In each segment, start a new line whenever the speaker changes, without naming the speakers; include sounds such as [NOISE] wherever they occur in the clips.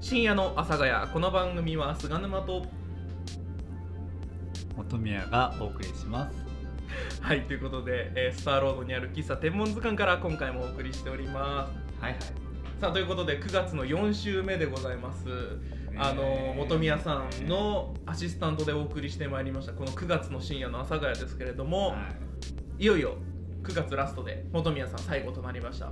深夜の阿佐ヶ谷この番組は菅沼と
元宮がお送りします
はいということで、えースターロードにある喫茶天文図鑑から今回もお送りしておりま
はいはい
すさあということで9月の4週目でございますあの元宮さんのアシスタントでお送りしてまいりましたこの9月の深夜の阿佐ヶ谷ですけれども、
はい
い、よいよ9月ラストで元宮さん最後となりました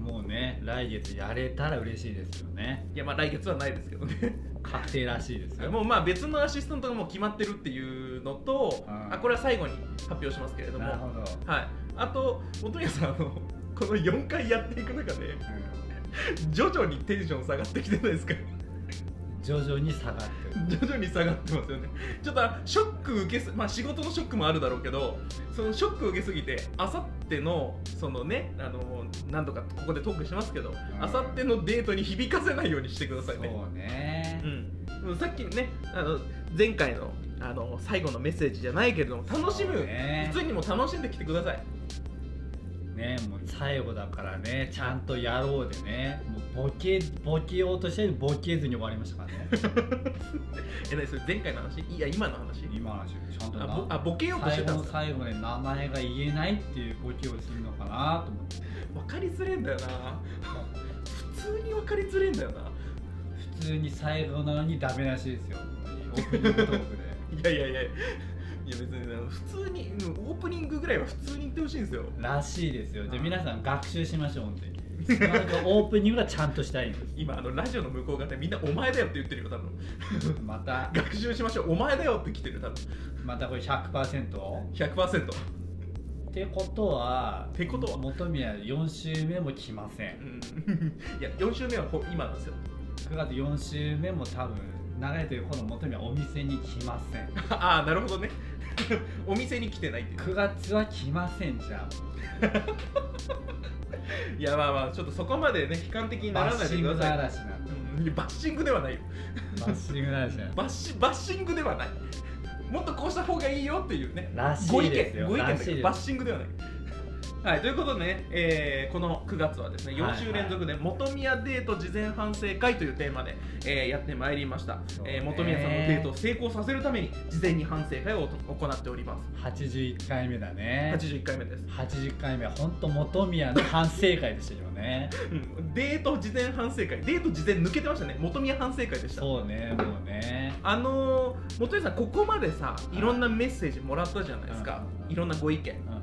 もうね来月やれたら嬉しいですよね
いやまあ来月はないですけどね
[LAUGHS] 確定らしいですよ
もうまあ別のアシスタントがもう決まってるっていうのと、
うん
あこれは最後に発表しますけれども、
なる
はい、
ほど、
あと本宮さんあのこの4回やっていく中で徐々にテンション下がってきてないですか [LAUGHS]
うん徐々に下がってる
徐々に下がってますよねちょっとあショック受けすまあ仕事のショックもあるだろうけどそのショック受けすぎてあさってのそのねあの何度かここでトークしてますけど
ん
あさってのデートに響かせないようにしてくださいね
そうね
う、ん、でもさっきねあの前回のあの最後のメッセージじゃないけれども楽し
そう
む、
ね
普通にも楽しんできてください
ねもう最後だからねちゃんとやろうでねもうボケボケようとしてボケずに終わりましたからね
え何それ前回の話いや今の話
[LAUGHS] 今の話ちゃんと
あ
な
ぼあボケようとして
最
た
後
ん
の
ですか
最後で名前が言えないっていうボケをするのかなと思って
分かりづれえんだよな普通に分かりづれえんだよな
普通に最後なのにダメらしいですよオープニングトークで
いやいやいやいや別にあの普通にうんオープニングぐらいは普通に言ってほしいんですよ
らしいですよじゃあ皆さん学習しましょう本当になんかオープニングはちゃんとしたいんです
今あのラジオの向こう側でみんな「お前だよ」って言ってるよ多分
また
学習しましょう「お前だよ」って来てる多分
またこれ 100%?
100%
ってことは
てことは
元宮4週目も来ませ
うんんいや4週目はこ今なんですよ
9月4週目も多分流れてるこの元宮お店に来ません
ああなるほどねお店に来てないっていう
9月は来ませんじゃ
いやまあまあちょっとそこまでね悲観的
あ
にな
バ
らない
ッ
で
シン
く
グ
ださい
嵐なんだ
うんいやバッシングではないよ
バッシング嵐なんだ
バッシバッシングではないもっとこうした方がいいよっていうね
らし
ご意
いです
見
よ
ご意見だ
らしい
け
で
ど
す
バッシングではないはいということでね、えーこの9月はですね
はいは
4
い
週連続で「元宮デート事前反省会」というテーマで、えーやってまいりました、
そうね
えー元宮さんのデートを成功させるために事前に反省会を行っております
81回目だね
81回目です
80回目本当元宮の反省会でしたよね
うんデート事前反省会デート事前抜けてましたね元宮反省会でした
そうねもうね
あのー元宮さんここまでさいろんなメッセージもらったじゃないですか
うん
いろんなご意見
うんうん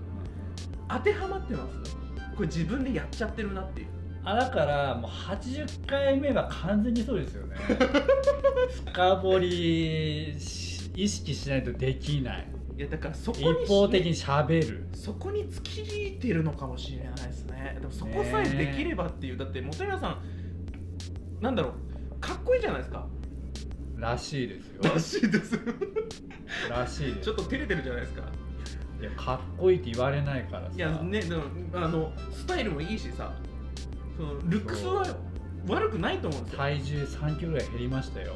当てはまってますこれ自分でやっちゃってるなっていう
あだからもう80回目は完全にそうです
[LAUGHS]
よね深掘りし意識しないとできない
いやだからそこに
一方的に喋る
そこに尽きてるのかもしれないですねでもそこさえできればっていうだって元宮さんなんだろうかっこいいじゃないですから
しいですよ
らしいです
らしいです
ちょっと照れてるじゃないですか
いやかっこいいって言われないからさ
いやねでもあのスタイルもいいしさそのルックスは悪くないと思うんですよ
体重3キロぐらい減りましたよ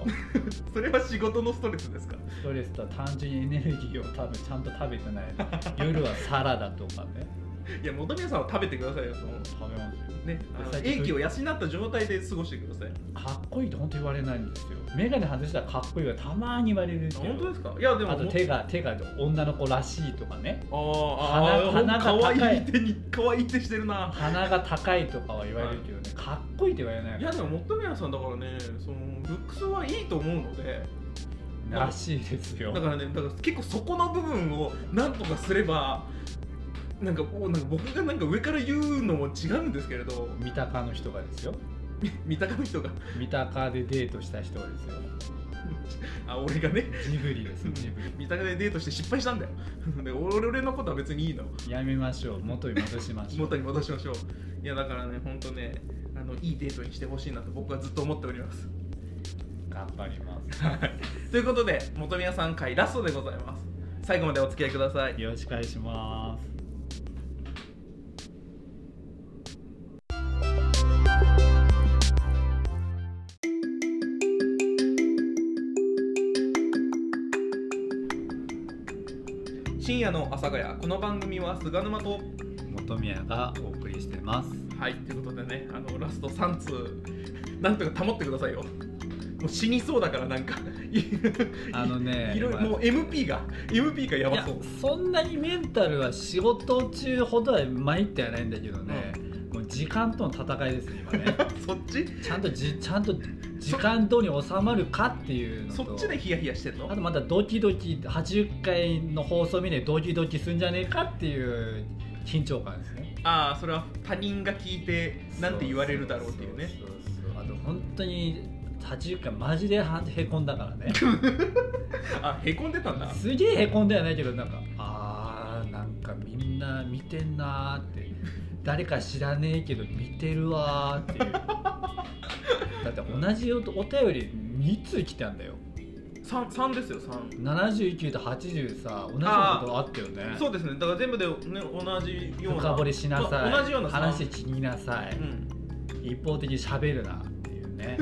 それは仕事のストレスですか
ストレスと単純にエネルギーを多分ちゃんと食べてない夜はサラダとかね
[LAUGHS] いや元宮さんは食べてくださいよその
食べますよ
ねあの
最近
英気を養った状態で過ごしてください
かっこいいって本当言われないんですよ眼鏡外したらかっこいいはたまに言われるけど
本当ですかいやでも
あと手が手が女の子らしいとかね
あーあか
鼻鼻が
わ
高い
いい手にかわいい手してるな
鼻が高いとかは言われるけどね、かっこいいって言われない
いやでも元宮さんだからねそのルックスはいいと思うので
らしいですよ
だからねだから結構そこの部分をなんとかすればなんかおなんか僕がなんか上から言うのも違うんですけれど
三鷹の人がですよ
三鷹の人が
三鷹でデートした人がですよ
あ俺がね
ジブリですよジブリ
三鷹でデートして失敗したんだよで俺俺のことは別にいいの
やめましょう元に戻しましょう
元に戻しましょういやだからね本当ねあのいいデートにしてほしいなと僕はずっと思っております
頑張りま
[LAUGHS] ということで元宮さん回ラストでございます最後までお付き合いください
すよろしくお願いします
深夜の阿佐ヶ谷この番組は菅沼と
元宮がお送りしてます
[LAUGHS] はいということでねあのラスト3通なんとか保ってくださいよもう死にそうだからなん [LAUGHS] かい
あのね
[LAUGHS] いろいろ
まあ
もう MP が MP がや
い
ば
や
そう
そんなにメンタルは仕事中ほどは参ってはないんだけどね、もう時間との戦いですね今
[LAUGHS]
ね
そっち
ちゃんとじちゃんと時間通り収まるかっていうのと
そっちでヒヤヒヤしてんの
あとまたドキドキ80回の放送見てドキドキすんじゃねえかっていう緊張感ですね
ああそれは他人が聞いてなんて言われるだろうっていうね
そうそうそうあと本当に80回マジでへこんだからね
あへこんでたんだ
すげえへこんではないけどなんかあーなんかみんな見てん
[LAUGHS]
なーって誰か知らねえけど見てるわーって
[LAUGHS]
いうだって同じおお便り2通来たんだよ
3, 三ですよ3
79と80さ同じようなことあったよね
そうですねだから全部で、ね、同じような
深掘りしなさい、
ま同じような三
話聞きなさい、
うん
一方的に喋るなってい
[LAUGHS]
うね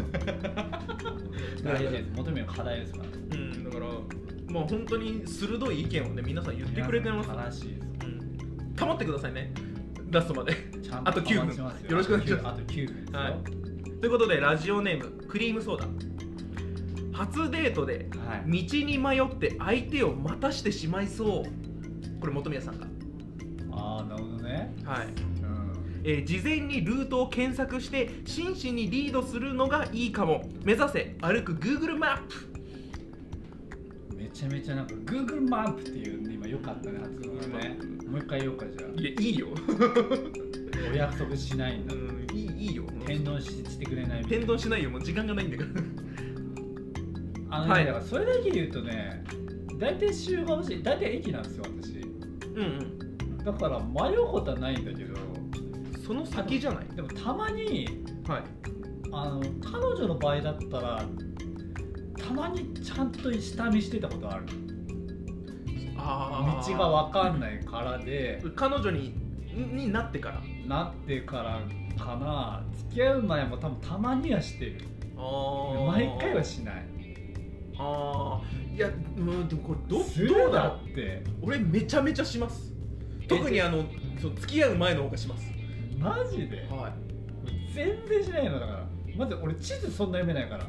大事です求める課題ですから
うん、だから、まあ、本当に鋭い意見をね、皆さん言ってくれてます。
話しいです
うん、溜まってくださいね、ラストまで。 [LAUGHS]
ちゃん
あと9分
話ます
よろしくお願いします
あと9分ですよ
はいということで、ラジオネーム、クリームソーダ。初デートで
はい
道に迷って相手を待たしてしまいそう。これ、本宮さんが。
ああなるほどね
はい
うん
えー事前にルートを検索して真摯にリードするのがいいかも目指せ歩く Google マップ
めちゃめちゃなんか Google マップっていうね今良かったね発音がねもう一回言おうかじゃ
いやいいよ、
あお約束しないん
う
だ
ん、いいいいよ
天丼ししてくれないみたい
転
な
倒しないよもう時間がないんだから
あのね、
はい
だからそれだけ言うとね大体集合し大体駅なんですよ私
うんうん
だから迷うことはないんだけど
その先じゃない
でもたまに
はい
あの彼女の場合だったらたまにちゃんと下見してたことある
あー
道が分かんないからで
彼女にになってから
なってからかな付き合う前も多分たまにはしてる毎回はしない
あーいやうんでもこれど
する
どうだろう
って
俺めちゃめちゃします特にあのそう付き合う前の方がします
マジで
は
全然しないのだからまず俺地図そんな読めないから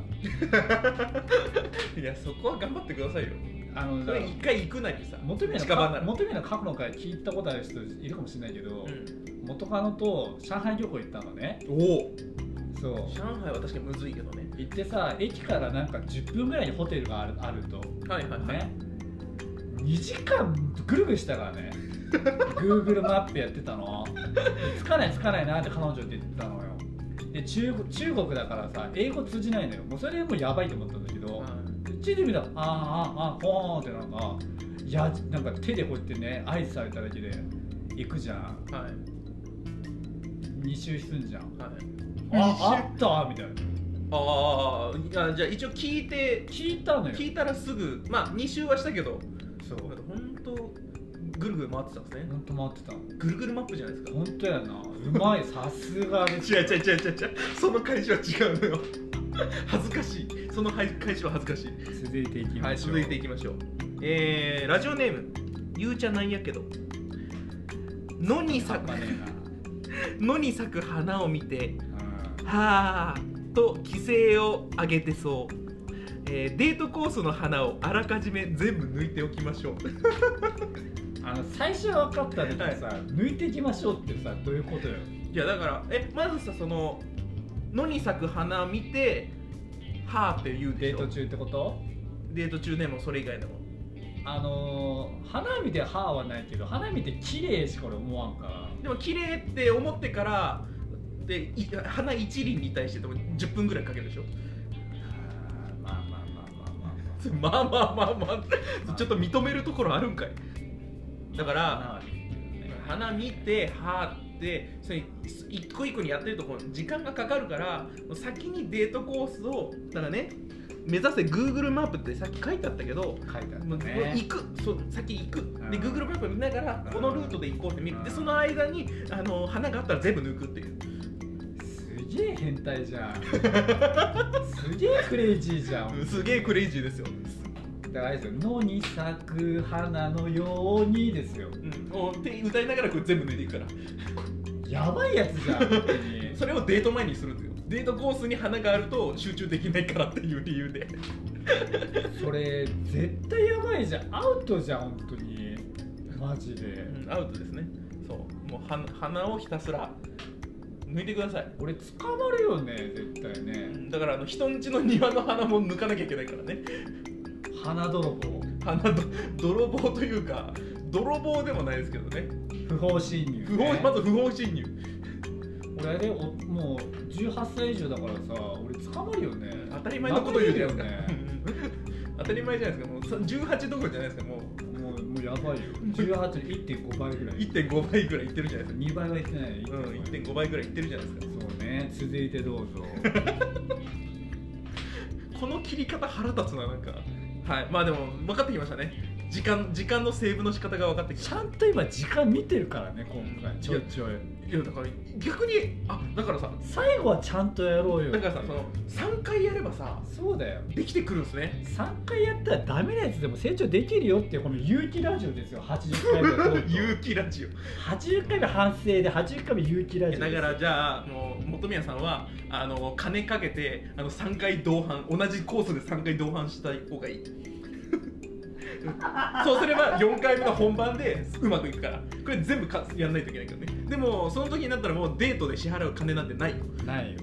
いいやそこは頑張ってくださいよ
あの
そ
だから
れ一回行くなりさ
求めの
近場なら
求めの過去の回聞いたことある人いるかもしれないけど、
うん
元カノと上海旅行行ったのね
おお
そう
上海は確かにむずいけどね
行ってさ駅からなんか10分ぐらいにホテルがあるあると
はいはいはい、
ね2時間ぐるぐるしたからね Google マップやってたのつかないつかないなって彼女って言ってたのよで中国中国だからさ英語通じないのよもうそれでもうやばいと思ったんだけどで地図見たらあああーあーほーんってなんかいやなんか手でこうやってね合図されただけで行くじゃん
はいはい
2周すんじゃん
はい
ああったみたいな
あーいやじゃあ一応聞いて
聞いたのよ
聞いたらすぐまあ2周はしたけど
そう
本当ぐるぐる回ってたんですね
ほんと待ってたの
ぐるぐるマップじゃないですか
本当やなうまいさすがです
違う違う違う違う違うその返しは違うのよ [LAUGHS] 恥ずかしいその返しは恥ずかしい
続いていき
は
ま
い
しょう、
続いていきましょうえー、ラジオネームゆうちゃなんやけど野に咲く
まあね
野に咲く花を見てはあと規制を上げてそう、えーデートコースの花をあらかじめ全部抜いておきましょう
うんあの最初は分かったんだけどさ、抜いていきましょうってさどういうことよ
いやだからえまずさその野に咲く花見てはあって言うでし
デー
ょ
ト中ってこと
デート中でもそれ以外でも
あのー、花見で歯はないけど花見って綺麗しか俺思わんから
でも綺麗って思ってからでい花一輪に対してでも10分ぐらいかけるでしょ
まあまあまあまあまあ
まあまあまあまあちょっと認めるところあるんかいだから
花は見て
花見
るね
てはーってそれ一個一個にやってるとこう時間がかかるから先にデートコースをだからね目指せ Google マップってさっき書いてあったけど
書いてあ
もう
る
行
ね
くそう先行くで
うん
Google マップ見ながら
うん
このルートで行こうって見るで
うん
その間にあの花があったら全部抜くっていう
すげえ変態じゃんすげえクレイジーじゃん
すげえクレイジーですよ、
だからあれですよ「野に咲く花のように」ですよ
うん、おって歌いながらこれ全部抜いていくから
やばいやつじゃん本当に
それをデート前にするんですよデートコースに花があると集中できないからっていう理由で
それ絶対やばいじゃんアウトじゃん本当にマジで
うんアウトですねそうもう花花をひたすら抜いてください
俺捕まるよね絶対
う
ね
んだからあの人ん家の庭の花も抜かなきゃいけないからね
花泥棒
花ど泥棒というか泥棒でもないですけどね
不法侵入、ね、
不法まず不法侵入
俺でおもう18歳以上だからさ俺捕まるよね
当たり前のこと言うじゃないですか、
なんか言
[LAUGHS] 当たり前じゃないですかもうさ18どころじゃないですかもう
もうもうやばいよ18の1.5倍ぐらい
1.5倍ぐらいいってるじゃないです
2倍はいってない
か、うん、
1.5
1.5倍ぐらいいってるじゃないです
そうね続いてどうぞ
かこの切り方腹立つななんかはいまあでも分かってきましたね時間時間のセーブの仕方が分かってき
ち
た
ゃんと今時間見てるからね今回ちょいちょい
いやだから逆にあだからさ
最後はちゃんとやろうよ
だからさその3回やればさ
そうだよ
できてくるんです [LAUGHS] ね
3回やったらダメなやつでも成長できるよっていうこの勇気ラジオですよ80回目とうとう
勇気ラジオ
80回目反省で80回目勇気ラジオ
だ
です
からじゃあもう本宮さんはあの金かけてあの3回同伴同じコースで3回同伴した方
[LAUGHS]
がいいそうすれば4回目の本番でうまくいくからこれ全部かやんないといけないけどねでもその時になったらもうデートで支払う金なんてないよ
ないよ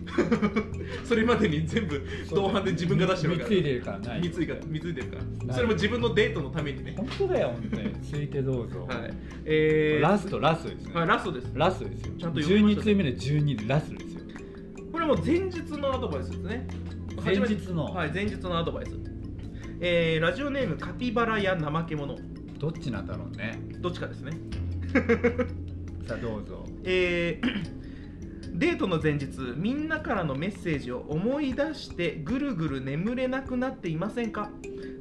それまでに全部同伴で自分が出してるわけだ
貢いでるからないよ
貢いが貢いでるか
ない
らそれも自分のデートのためにね
本当だよ本当に続いてどうぞ、
はいえー、
ラストラストですね、
はいラストです
ラストですよ
ちゃんと読みまし
12
たね
通目で12でラストですよ
これも前日のアドバイスですね
前日の
はい前日のアドバイスえー、ラジオネームカピバラや怠け者
どっちなんだろうね
どっちかですね
さあどうぞ
えー [CLEARS THROAT] デートの前日みんなからのメッセージを思い出してぐるぐる眠れなくなっていませんか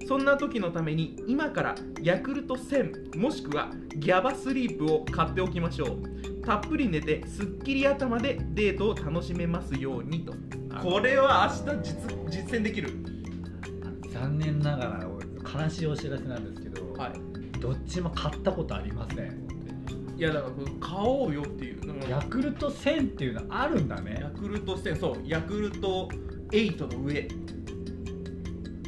そんな時のために今からヤクルト1000もしくはギャバスリープを買っておきましょうたっぷり寝てすっきり頭でデートを楽しめますようにとこれは明日実実践できる
残念ながら俺悲しいお知らせなんですけど、
はい
どっちも買ったことありません
いやだからこれ買おうよっていううん
ヤクルト1000っていうのあるんだ
ヤ
ね
クルト1000そうヤクルト8の上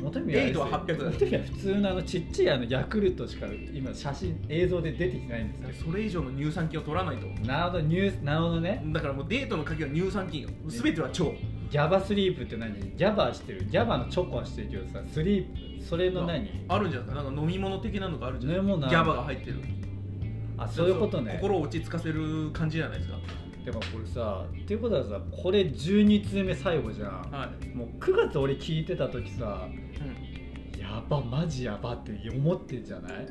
元宮
エイトは800だよ
元宮普通のあのちっちゃいあのヤクルトしか今写真映像で出てきてないんですよ
それ以上の乳酸菌を取らないと
なるほどニュースなるほどね
だからもうデートの鍵は乳酸菌よ全ては腸
ギャバスリープって何ギャバしてるギャバのチョコはしてるけどさスリープそれの何
あるんじゃないですかなんか飲み物的なのがあるんじゃない
飲み物ある
ギャバが入ってる
あそういうことね
心を落ち着かせる感じじゃないですか
でもこれさっていうことはさこれ12通目最後じゃん
はい、
もう9月俺聞いてた時さ
うん
やばマジやばって思ってんじゃない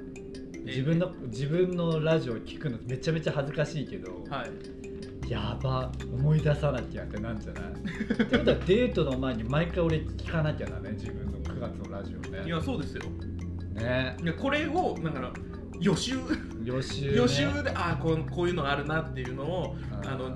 自分の自分のラジオ聞くのめちゃめちゃ恥ずかしいけど、
はい
やば思い出さなきゃってなんじゃないってことはデートの前に毎回俺聞かなきゃだね自分の9月のラジオ
い
ね
やそうですよ
ね
いやこれをだから予習
予習ね
予習でああこうこういうのあるなっていうのを
ー
あの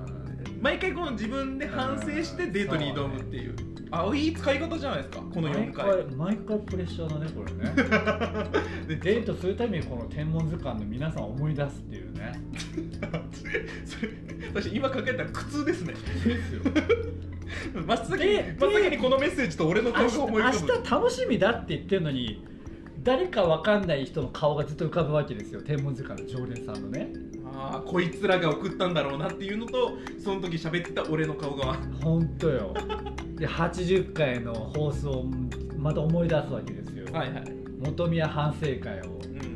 毎回この自分で反省してデートに挑むっていうあいい使い方じゃないですかこの4回
毎回毎回プレッシャーだねこれね
で
デートするためにこの天文図鑑の皆さんを思い出すっていうね
それ [LAUGHS] 私今かけたら苦痛ですね [LAUGHS]
ですよ
真っ先
で
に真っ先にこのメッセージと俺の
明
顔
日
が思い
明
浮かぶ
日楽しみだって言ってるのに誰かわかんない人の顔がずっと浮かぶわけですよ天文図鑑の常連さんのね
ああこいつらが送ったんだろうなっていうのとその時喋ってた俺の顔が
ほんとよで80回の放送をまた思い出すわけですよ、
はいはい
元宮反省会を
うん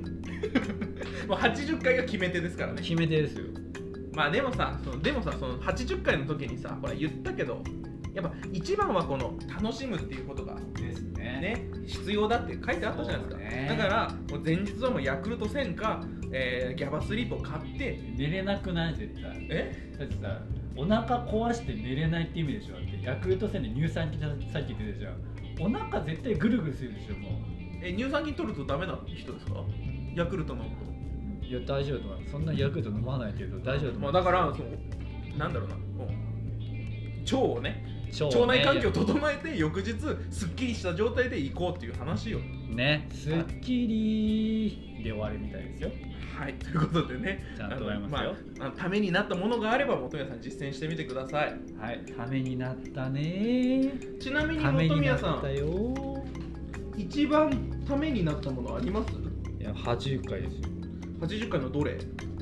[LAUGHS] もう80回が決め手ですからね
決め手ですよ
まあでもさそのでもさその80回の時にさほら言ったけどやっぱ一番はこの楽しむっていうことが
ですね
ね、必要だって書いてあったじゃないですか、
そうね
だからもう前日はもうヤクルト1000か、えーギャバスリープを買って
寝れなくない絶対
え
だってさお腹壊して寝れないって意味でしょだってヤクルト戦で乳酸菌さっき言ってたじゃんお腹絶対ぐるぐるするでしょもう
え乳酸菌取るとダメな人ですかヤクルトのこと
いや大丈夫と思うそんなヤクルト飲まないけど大丈夫と思
ま
う、
あだからそのなんだろうなこう腸をね
腸,、
腸内環境を整えて翌日すっきりした状態で行こうっていう話よ
ね「スッキリ」で終わるみたいですよ
はいということでね
ちゃんと終わりますよ、
あのためになったものがあれば本宮さん実践してみてください
はいためになったね
ちなみに
ため
本
に
宮
なっ
さ
た
ん
よ
一番ためになったものあります
いや80回ですよ
?80 回のどれ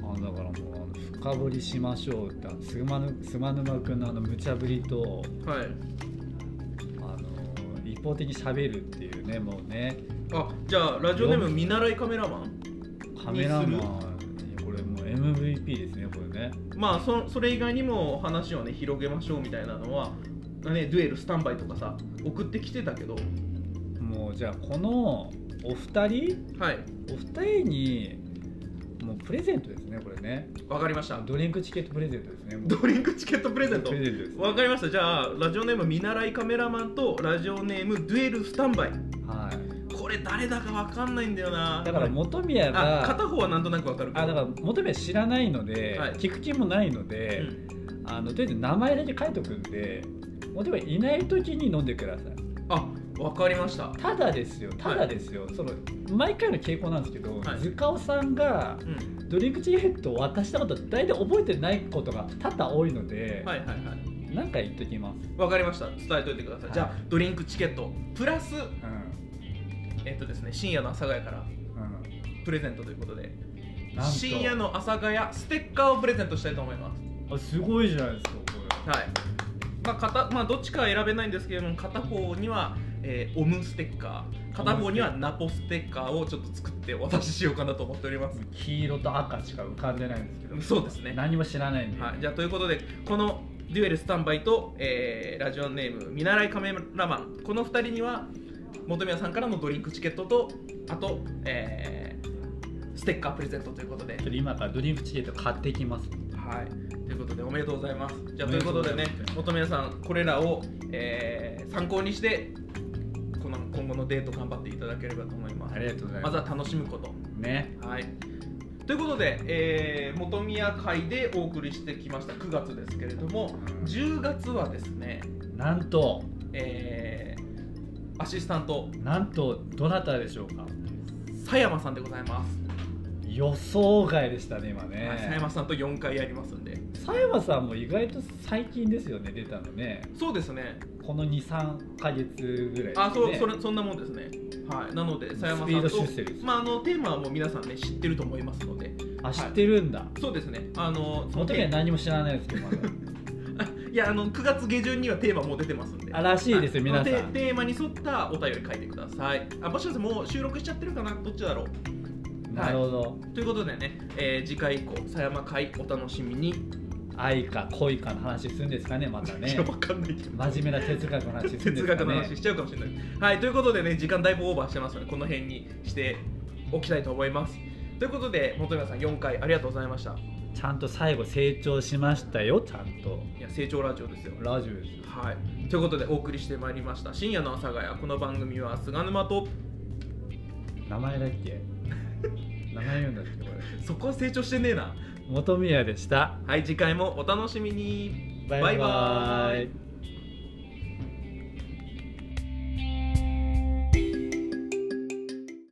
あだからもうあの深掘りしましょうってあの菅沼菅沼君のあの無茶ぶりと
はい
あの一方的に喋るっていうねもうね
あじゃあラジオネーム見習いカメラマン
カメラマンこれもう MVP ですねこれね
まあそそれ以外にも話をね広げましょうみたいなのはねデュエルスタンバイとかさ送ってきてたけど
もうじゃあこのお二人
はい
お二人にもうプレゼントですねこれね
わかりました
ドリンクチケットプレゼントですねもう
ドリンクチケットプレゼント
プレゼントですね
わかりましたじゃあラジオネーム見習いカメラマンとラジオネームデュエルスタンバイ
はい
これ誰だかわかんないんだよな
だから元宮
あ
が
片方はなんとなくわかるけど
あだから元部知らないので、
はい
聞く気もないので、
うん
あのとりあえず名前だけ書いとくんで元部いない時に飲んでください
あわかりました
ただですよただですよ、その毎回の傾向なんですけど、
はい
塚尾さんが
うん
ドリンクチケットを渡したこと大体覚えてないことが多々多いので、
はいはいはい
なんか言っときます、
わかりました伝えといてください、
はい
じゃあドリンクチケットプラス
うん
えっとですね深夜の阿佐ヶ谷から
うん、
プレゼントということで
なんと
深夜の阿佐ヶ谷ステッカーをプレゼントしたいと思います
あすごいじゃないですかこ
はいまあ片まあ、どっちかは選べないんですけれども片方には、えーオムステッカー片方にはナポステッカーをちょっと作ってお渡ししようかなと思っております
れ黄色と赤しか浮かんでないんですけど
そうですね、
何も知らないんで、
はい、じゃあということでこのデュエルスタンバイと、えーラジオネーム見習いカメラマンこの2人には本宮さんからのドリンクチケットとあと、えーステッカープレゼントということで
ちょっと今からドリンクチケット買ってきます
はい、ということでおめでとうございます。じゃあ
お
という
めで
こと
とうござ
で
いま
ね
す、
求めさんこれらを、えー参考にしてこの今後のデート頑張っていただければと思います
あ。りがとうござい
ま
ます
ずは楽しむこと。
ね
はい。ということで、えー、元宮会でお送りしてきました9月ですけれども、10月はですね、
なんと
えーアシスタント
なんとどなたでしょうか
佐山さんでございます。
予想外でしたね今ね、
はい佐山さんと4回やりますんで。
佐山さんも意外と最近ですよね出たのね
そうですね。
この23か月ぐらいですね
あそうそれそんなもんですね、はい、なので佐山さんと
スピード出世です
まあ、あのテーマはもう皆さんね知ってると思いますので
あ知ってるんだ、
そうですねあの
その時は何も知らないですけどまだ
[LAUGHS] いやあの9月下旬にはテーマもう出てますんで
あらしいですよ
はい
皆さん
このテテーマに沿ったお便り書いてくださいあもしかしてもう収録しちゃってるかなどっちだろう
なるほど、
ということでね、えー次回以降佐山会お楽しみに、
愛か恋かの話するんですかねまた
い
ね
やわかんないけど
真面目な哲学の話するんで
哲
すかね
学の話しちゃうかもしれない、はいということでね時間だいぶオーバーしてますのでこの辺にしておきたいと思いますということで本山さん4回ありがとうございました
ちゃんと最後成長しましたよちゃんと
いや成長ラジオですよ
ラジオです
はいということでお送りしてまいりました深夜の阿佐ヶ谷この番組は菅沼と
名前だっけ [LAUGHS] 名前言うんだっけこ
そこは成長してねえな
れ元宮でした
はい次回もお楽しみに
バイバ
バイバー
ー
イ
イ